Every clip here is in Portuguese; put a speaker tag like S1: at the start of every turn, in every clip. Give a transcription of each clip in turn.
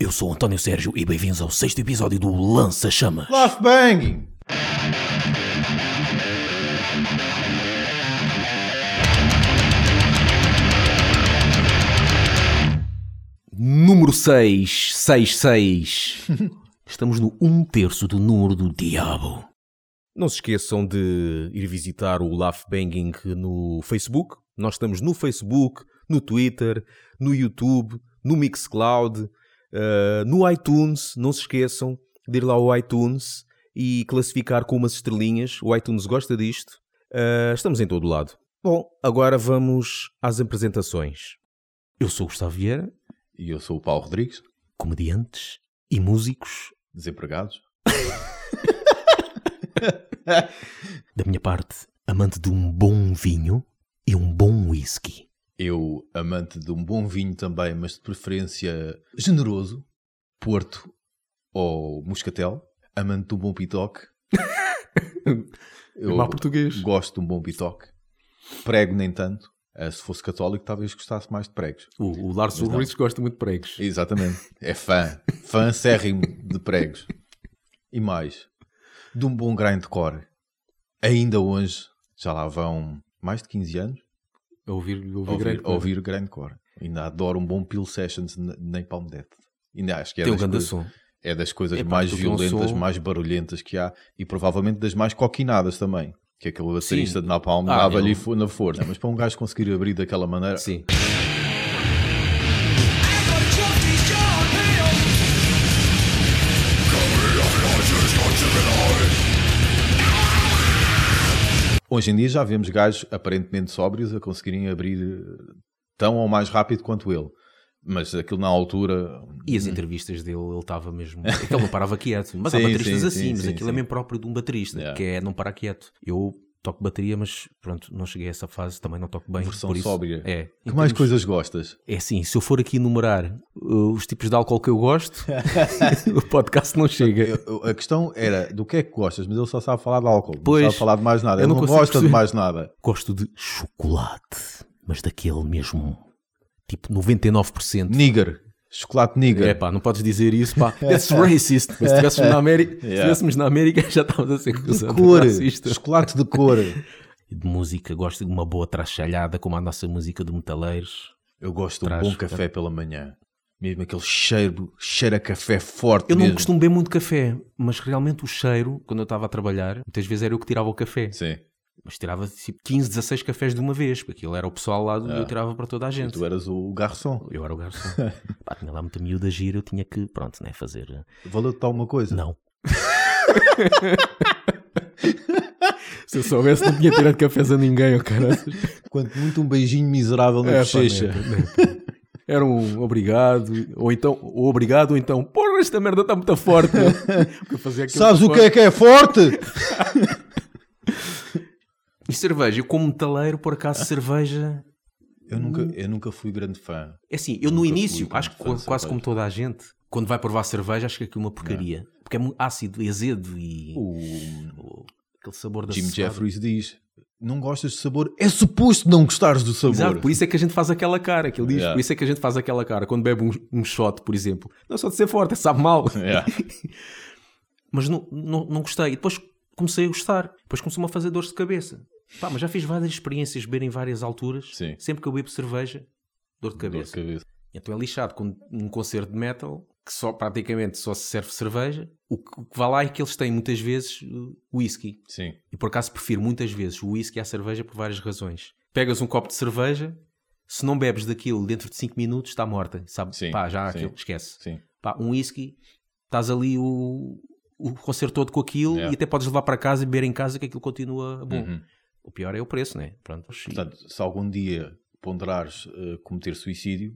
S1: Eu sou António Sérgio e bem-vindos ao sexto episódio do Lança Chamas.
S2: Love banging!
S1: Número 666. Estamos no um terço do número do diabo.
S3: Não se esqueçam de ir visitar o Laugh Banging no Facebook. Nós estamos no Facebook, no Twitter, no YouTube, no Mixcloud, eh, no iTunes. Não se esqueçam de ir lá ao iTunes e classificar com umas estrelinhas. O iTunes gosta disto. Eh, estamos em todo lado. Bom, agora vamos às apresentações.
S1: Eu sou o Gustavo Vieira,
S4: E eu sou o Paulo Rodrigues,
S1: comediantes e músicos.
S4: desempregados.
S1: Da minha parte, amante de um bom vinho e um bom whisky.
S4: Eu, amante de um bom vinho também, mas de preferência generoso, Porto ou Moscatel. Amante de um bom pitoque. eu
S5: Má português.
S4: gosto de um bom pitoque. Prego nem tanto. Ah, se fosse católico, talvez gostasse mais de pregos.
S1: O, o Lars
S5: O Ruiz gosta muito de pregos.
S4: Exatamente. É fã. fã sérrimo de pregos. E mais, de um bom grindcore. Ainda hoje, já lá vão mais de 15 anos,
S5: A Ouvir, a ouvir,
S4: ouvir,
S5: grande coisa.
S4: ouvir grindcore. Ainda adoro um bom Peel Sessions na- na Palm Death. Ainda acho que é,
S3: Tem um
S4: das,
S3: grande
S4: coisas-
S3: som.
S4: é das coisas
S5: Epá,
S4: mais
S5: tu
S3: um
S5: que não
S4: violentas,
S5: sou-
S4: mais barulhentas que há e provavelmente das mais coquinadas também. Que aquele baterista de Napalm
S3: Ah,
S4: dava
S3: eu-
S4: ali fo- na força. Mas para um gajo conseguir abrir daquela maneira,
S3: Sim.
S4: hoje em dia já vemos gajos aparentemente sóbrios a conseguirem abrir eh, tão ou mais rápido quanto ele. Mas aquilo na altura.
S3: E as entrevistas dele, ele estava mesmo. é que Ele não parava quieto. Mas há
S4: Hum. Sim,
S3: bateristas
S4: sim,
S3: assim,
S4: sim,
S3: mas
S4: sim,
S3: aquilo é
S4: sim.
S3: mesmo próprio de um baterista,
S4: Yeah.
S3: que é não parar quieto. Eu toco bateria, mas pronto, não cheguei a essa fase, também não toco bem.
S4: Versão
S3: por isso-
S4: sóbria.
S3: É. Em
S4: Que mais
S3: termos-
S4: coisas gostas?
S3: É assim, se eu for aqui enumerar uh, os tipos de álcool que eu gosto, o podcast não chega.
S4: Eu- eu- a questão era do que é que gostas, mas ele só sabe falar de álcool,
S3: Pois.
S4: não sabe falar de mais nada.
S3: Eu
S4: Ele
S3: não
S4: não,
S3: consigo
S4: gosta
S3: perceber.
S4: de mais nada.
S1: Gosto de chocolate, mas daquele mesmo, tipo 99%.
S4: Níger, chocolate níger.
S3: É pá, não podes dizer isso, pá. That's racist. Mas se estivéssemos na América, se
S4: Yeah.
S3: estivéssemos na América já estávamos a ser
S4: de
S3: acusados de
S4: cor,
S3: racista.
S4: chocolate de cor.
S3: De música, gosto de uma boa trachalhada, como a nossa música de metaleiros.
S4: Eu gosto de um
S3: Traz,
S4: bom café pela manhã. Mesmo aquele cheiro, cheiro a café forte
S3: Eu não
S4: mesmo.
S3: costumo beber muito café, mas realmente o cheiro, quando eu estava a trabalhar, muitas vezes era eu que tirava o café.
S4: Sim,
S3: Mas tirava tipo 15, 16 cafés de uma vez, porque aquilo era o pessoal lá, do,
S4: Ah.
S3: eu tirava para toda a gente.
S4: tu eras o garçom.
S3: Eu era o garçom. Pá, tinha lá muita miúda gira, eu tinha que, pronto, né, fazer.
S4: Valeu-te alguma coisa?
S3: Não.
S5: Se eu soubesse, não tinha tirado cafés a ninguém, oh, ó
S4: É,
S5: caralho.
S4: Quanto muito um beijinho miserável na
S5: É, pá,
S4: bochecha.
S5: né, né, pá. Era um obrigado, ou então, ou obrigado, ou então, porra, esta merda está muito forte. Porque eu fazia aquele
S4: Sabes o que é que é forte?
S3: E cerveja, eu como metaleiro, por acaso, cerveja.
S4: Eu nunca, eu nunca fui grande fã.
S3: É assim, eu no
S4: Nunca
S3: início,
S4: fui grande
S3: acho que
S4: fã de
S3: quase
S4: cerveja.
S3: como toda a gente, quando vai provar cerveja, acho que aquilo é uma porcaria. Porque é muito ácido e azedo e.
S4: O
S3: Aquele sabor da
S4: Jim
S3: cevada.
S4: Jeffries diz: Não gostas de sabor? É suposto não gostares do sabor.
S3: Exato, por isso é que a gente faz aquela cara, que ele diz.
S4: Yeah.
S3: Por isso é que a gente faz aquela cara quando bebe um, um shot, por exemplo. Não é só de ser forte, sabe mal.
S4: Yeah.
S3: mas não, não, não gostei. E depois comecei a gostar. Depois começou-me a fazer dores de cabeça. Pá, mas já fiz várias experiências, beber em várias alturas.
S4: Sim.
S3: Sempre que eu bebo cerveja, dor de
S4: Dor de
S3: cabeça.
S4: cabeça.
S3: Então é lixado quando num concerto de metal que só praticamente só se serve cerveja. O que, o que vai lá é que eles têm muitas vezes uh, whisky.
S4: Sim.
S3: E por acaso prefiro muitas vezes o whisky à cerveja por várias razões. Pegas um copo de cerveja, se não bebes daquilo dentro de 5 minutos, está morta. Sabe?
S4: Sim,
S3: Pá, já
S4: sim.
S3: aquilo, esquece
S4: Sim.
S3: pá, um whisky, estás ali o, o concerto todo com aquilo
S4: Yeah.
S3: e até podes levar para casa e beber em casa que aquilo continua bom.
S4: Uhum.
S3: O pior é o preço, né? Pronto.
S4: Portanto, se algum dia ponderares eh, cometer suicídio,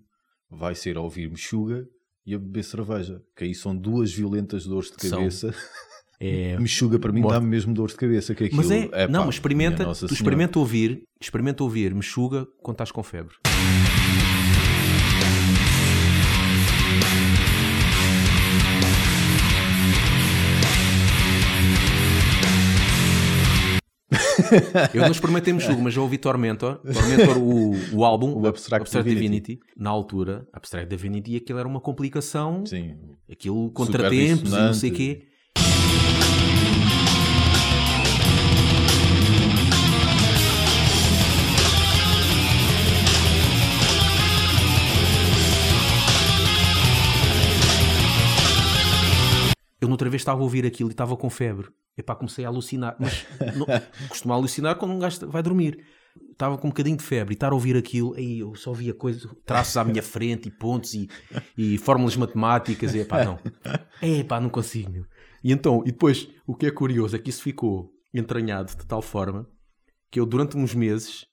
S4: vai ser a ouvir mexuga e a beber cerveja. Que aí são duas violentas dores de
S3: São.
S4: cabeça.
S3: É-
S4: Mexuga para mim
S3: Morte.
S4: dá-me mesmo dores de cabeça. Que aquilo,
S3: Mas é,
S4: epá,
S3: não, mas experimenta,
S4: minha
S3: tu
S4: Nossa Senhora.
S3: experimenta ouvir, experimenta ouvir mexuga quando estás com febre. Eu não experimentei Meshuggah, mas já ouvi Tormentor. Tormentor, o, o álbum,
S4: O Abstract Divinity.
S3: Na altura, Abstract Divinity, aquilo era uma complicação.
S4: Sim.
S3: Aquilo, contratempos e não sei o quê. Eu noutra vez estava a ouvir aquilo e estava com febre. Epá, comecei a alucinar. Mas não, costumo alucinar quando um gajo vai dormir. Estava com um bocadinho de febre e estar a ouvir aquilo, aí eu só via coisas, traços à minha frente e pontos e, e fórmulas matemáticas. E epá, não. Epá, não consigo, meu. E então, e depois, o que é curioso é que isso ficou entranhado de tal forma que eu, durante uns meses,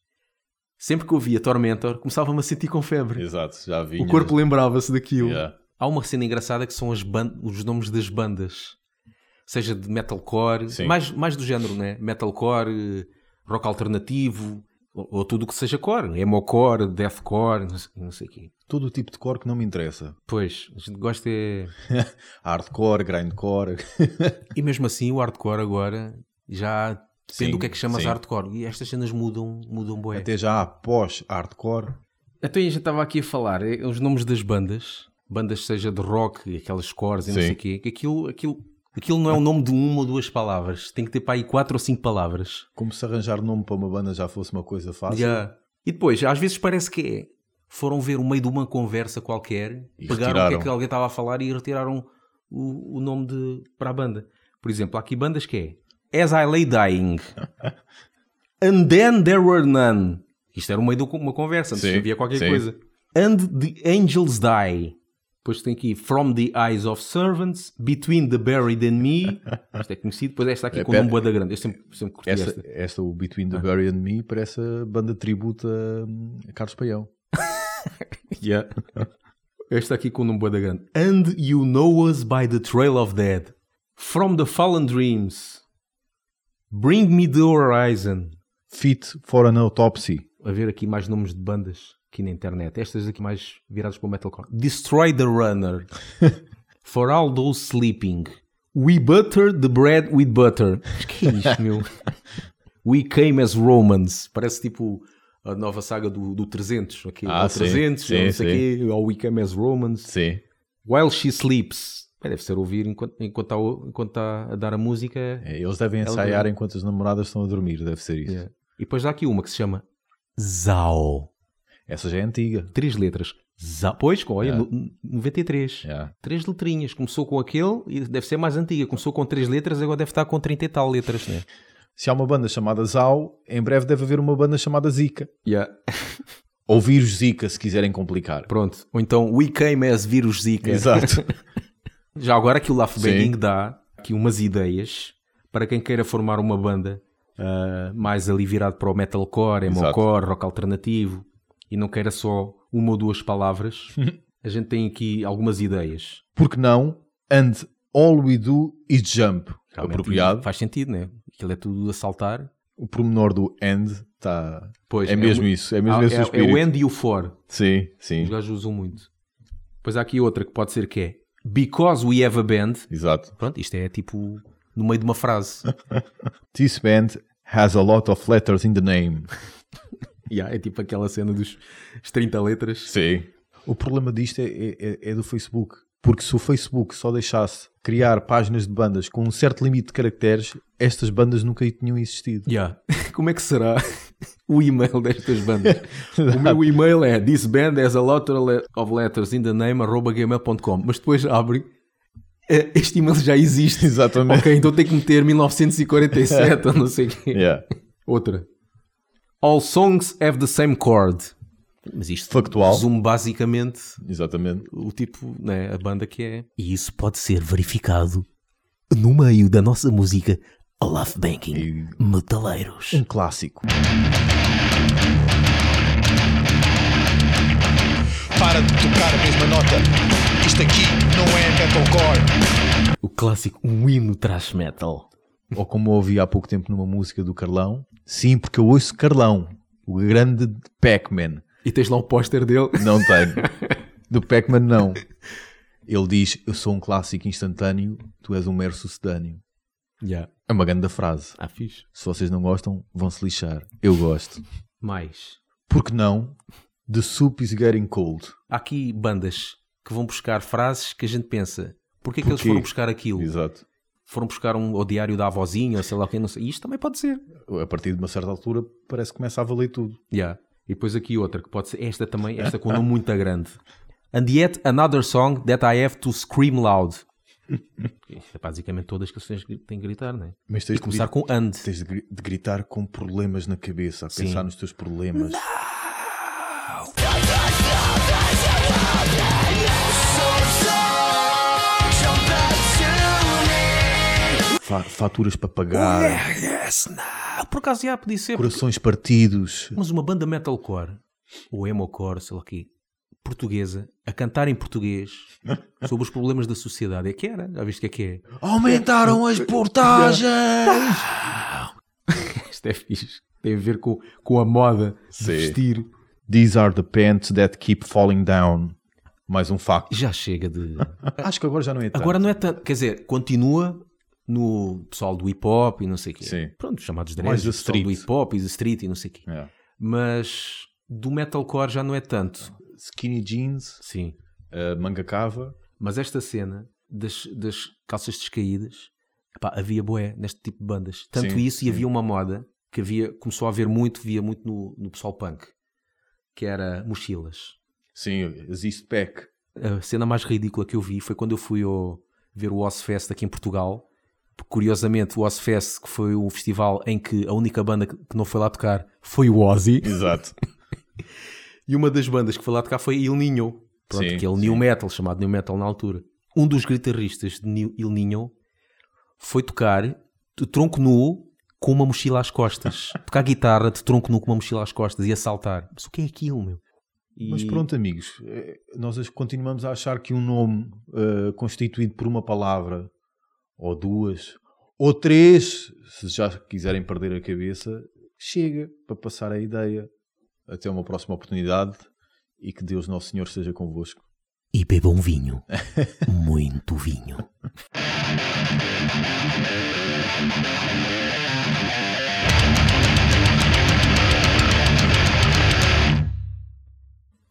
S3: sempre que ouvia Tormentor, começava-me a sentir com febre.
S4: Exato, já vi.
S3: O corpo lembrava-se daquilo.
S4: Yeah.
S3: Há uma cena engraçada que são as ban- os nomes das bandas, seja de metalcore,
S4: Sim.
S3: mais, mais do género, né? Metalcore, eh, rock alternativo, ou, ou tudo o que seja core, emocore, deathcore, não sei, não sei o quê.
S4: Todo o tipo de core que não me interessa.
S3: Pois, a gente gosta é.
S4: Hardcore, grindcore.
S3: E mesmo assim, o hardcore agora já depende
S4: Sim,
S3: do que é que chamas
S4: sim.
S3: hardcore. E estas cenas mudam, mudam bué.
S4: Até já há pós-hardcore.
S3: Então eu já estava aqui a falar eh, os nomes das bandas, bandas seja de rock, aquelas cores e não
S4: Sim.
S3: sei o quê, que aquilo, aquilo, aquilo não é o nome de uma ou duas palavras, tem que ter para aí quatro ou cinco palavras.
S4: Como se arranjar nome para uma banda já fosse uma coisa fácil.
S3: Já. E depois, às vezes parece que é, foram ver o meio de uma conversa qualquer, pegaram
S4: E
S3: o que é
S4: retiraram.
S3: que alguém estava a falar e retiraram o, o nome de, para a banda. Por exemplo, há aqui bandas que é As I Lay Dying, And Then There Were None. Isto era o meio de uma conversa, antes
S4: Sim,
S3: havia qualquer
S4: sim.
S3: coisa. And the angels die. Depois tem aqui From the Eyes of Servants, Between the Buried and Me. Isto é conhecido. Depois esta aqui
S4: É,
S3: com o nome
S4: pera-
S3: bué da grande. Eu sempre, sempre curti esta.
S4: Esta, esta, o Between the Bury and Me, parece a banda de tributo a hum, a Carlos Paião.
S3: Yeah. Esta aqui com o nome bué da grande. And you know us by the trail of dead. From the fallen dreams. Bring me the horizon.
S4: Fit for an Autopsy.
S3: A ver aqui mais nomes de bandas aqui na internet. Estas aqui mais viradas para o metalcore. Destroy the runner. For all those sleeping. We butter the bread with butter. Mas que é isto, meu? We came as Romans. Parece tipo a nova saga do, do 300. Aqui,
S4: Ah,
S3: ou
S4: sim.
S3: 300, ou não
S4: Sim,
S3: sei o quê. Ou We came as Romans.
S4: Sim.
S3: While She Sleeps. Pá, Deve ser ouvir enquanto está enquanto tá, o- enquanto tá a dar a música.
S4: É, Eles devem ensaiar enquanto as namoradas estão a dormir, deve ser isso.
S3: Yeah. E depois dá aqui uma que se chama
S1: Zao.
S4: Essa já é antiga.
S3: Três letras. Za- Pois, com- olha,
S4: É.
S3: no- no- 93.
S4: Já.
S3: Três letrinhas. Começou com aquele e deve ser mais antiga. Começou com três letras, agora deve estar com 30 e tal letras, né?
S4: Se há uma banda chamada Zau, em breve deve haver uma banda chamada Zika.
S3: Yeah.
S4: Ouvir os Zika se quiserem complicar.
S3: Pronto. Ou então, We Came as Virus Zika.
S4: Exato.
S3: Já agora que o Laugh
S4: Sim.
S3: Bending dá aqui umas ideias para quem queira formar uma banda ah, mais ali virado para o metalcore,
S4: Exato.
S3: emocore, rock alternativo e não queira só uma ou duas palavras, a gente tem aqui algumas ideias.
S4: Porque não? And all we do is jump. Apropriado.
S3: Faz sentido, né? Aquilo é tudo a saltar.
S4: O promenor do and está.
S3: Pois,
S4: É mesmo
S3: o-
S4: isso. É mesmo esse
S3: é,
S4: o
S3: é o
S4: espírito.
S3: end e o for.
S4: Sim,
S3: Os
S4: sim.
S3: gajos usam muito. Pois há aqui outra que pode ser que é Because we have a band.
S4: Exato.
S3: Pronto, isto é tipo no meio de uma frase.
S4: This band has a lot of letters in the name.
S3: Yeah, é tipo aquela cena dos as 30 letras.
S4: Sim. O problema disto é, é- é- é do Facebook. Porque se o Facebook só deixasse criar páginas de bandas com um certo limite de caracteres, estas bandas nunca tinham existido.
S3: Yeah. Como é que será o e-mail destas bandas? o meu e-mail é This band has a lot of letters in the name arroba gmail.com Mas depois abre eh, este e-mail já existe.
S4: Exatamente.
S3: ok, então tem que meter 1947 ou não sei o quê.
S4: Yeah.
S3: Outra. All songs have the same chord. Mas isto
S4: Factual.
S3: resume basicamente
S4: Exatamente.
S3: o tipo, né, a banda que é.
S1: E isso pode ser verificado no meio da nossa música Olaf Banking. Metaleiros.
S4: Um clássico.
S6: Para de tocar a mesma nota. Isto aqui não é metalcore.
S1: O clássico, um hino thrash metal.
S4: Ou como eu ouvi há pouco tempo numa música do Carlão. Sim, porque eu ouço Carlão, o grande Pac-Man.
S3: E tens lá o póster dele.
S4: Não tenho. Do Pac-Man, não. Ele diz: Eu sou um clássico instantâneo, tu és um mero sucedâneo.
S3: Yeah.
S4: É uma grande frase.
S3: Ah, fixe.
S4: Se vocês não gostam, vão se lixar. Eu gosto.
S3: Mais.
S4: Porque não? The soup is getting cold.
S3: Há aqui bandas que vão buscar frases que a gente pensa. Porquê que eles
S4: Porquê?
S3: foram buscar aquilo?
S4: Exato.
S3: Foram buscar um, o diário da avózinha, ou sei lá quem, não sei. Isto também pode ser.
S4: A partir de uma certa altura parece que começa a valer tudo.
S3: Yeah. E depois aqui outra que pode ser esta também, esta com um nome muito grande. And yet another song that I have to scream loud. É basicamente todas que vocês têm que gritar, não é?
S4: Mas
S3: E
S4: tens de,
S3: começar
S4: começar...
S3: com and.
S4: tens de gri- de gritar com problemas na cabeça, a
S3: Sim.
S4: pensar nos teus problemas. Fa- faturas para pagar,
S3: Ah, por acaso, já, podia ser.
S4: corações partidos.
S3: Mas uma banda metalcore, ou emocore, sei lá o quê, portuguesa, a cantar em português sobre os problemas da sociedade. É que era, já viste o que é que
S4: Aumentaram as portagens!
S3: é? Isto é fixe. Tem a ver com, com a moda
S4: Sim.
S3: vestir.
S4: These are the pants that keep falling down. Mais um facto.
S3: Já chega de...
S4: Acho que agora já não é tanto.
S3: Agora não é tanto, quer dizer, continua no pessoal do hip hop e não sei o quê.
S4: Sim.
S3: Pronto, chamados
S4: Mais
S3: dreads,
S4: do
S3: do pessoal do
S4: street.
S3: hip hop e do street e não sei o quê.
S4: É.
S3: Mas do metalcore já não é tanto.
S4: Skinny jeans,
S3: Sim.
S4: eh, manga cava.
S3: Mas esta cena das, das calças descaídas, epá, havia boé neste tipo de bandas. Tanto
S4: Sim,
S3: isso
S4: sim.
S3: e havia uma moda que havia, começou a haver muito, via muito no, no pessoal punk, que era mochilas.
S4: Sim, as East Pack.
S3: A cena mais ridícula que eu vi foi quando eu fui ao- ver o Ozfest aqui em Portugal. Porque, Curiosamente, o Ozfest, que foi um festival em que a única banda que que não foi lá tocar foi o Ozzy.
S4: Exato.
S3: E uma das bandas que foi lá tocar foi Il Niño. Pronto,
S4: Sim,
S3: que é o
S4: sim.
S3: New Metal, chamado New Metal na altura. Um dos guitarristas de New- Il Niño foi tocar de tronco nu com uma mochila às costas. tocar guitarra de tronco nu com uma mochila às costas e a saltar. Mas o que é aquilo, meu? E-
S4: Mas pronto, amigos, eh, nós as- continuamos a achar que um nome eh, constituído por uma palavra, ou duas, ou três, se já quiserem perder a cabeça, chega para passar a ideia. Até uma próxima oportunidade e que Deus Nosso Senhor esteja convosco.
S1: E beba um vinho. Muito vinho.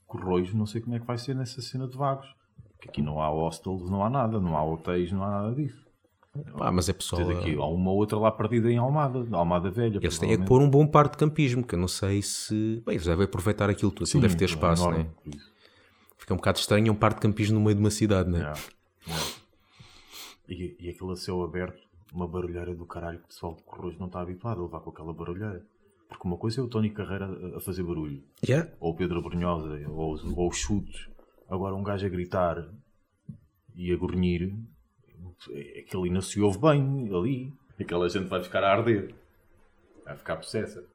S4: Corroios, não sei como é que vai ser nessa cena de vagos. Porque aqui não há hostels, não há nada, não há hotéis, não há nada disso.
S3: Pá, mas é pessoal.
S4: Tens aqui, há uma ou outra lá perdida em Almada, na Almada Velha.
S3: Eles têm é que
S4: provavelmente.
S3: pôr um bom par de campismo, que eu não sei se. Bem, eles devem aproveitar aquilo tudo.
S4: Sim,
S3: deve ter
S4: é
S3: espaço,
S4: enorme,
S3: né?
S4: por isso.
S3: Fica um bocado estranho um par de campismo no meio de uma cidade, né?
S7: Yeah, yeah. E, e aquilo a céu aberto, uma barulheira do caralho que o pessoal de Corroz não está habituado a levar com aquela barulheira. Porque uma coisa é o Tony Carreira a- a fazer barulho,
S4: É.
S3: Yeah.
S7: ou o Pedro Brunhosa, ou, os- ou os chutos. Agora um gajo a gritar e a gornir, é- aquilo ainda se ouve bem ali. Aquela gente vai ficar a arder, vai ficar possessa.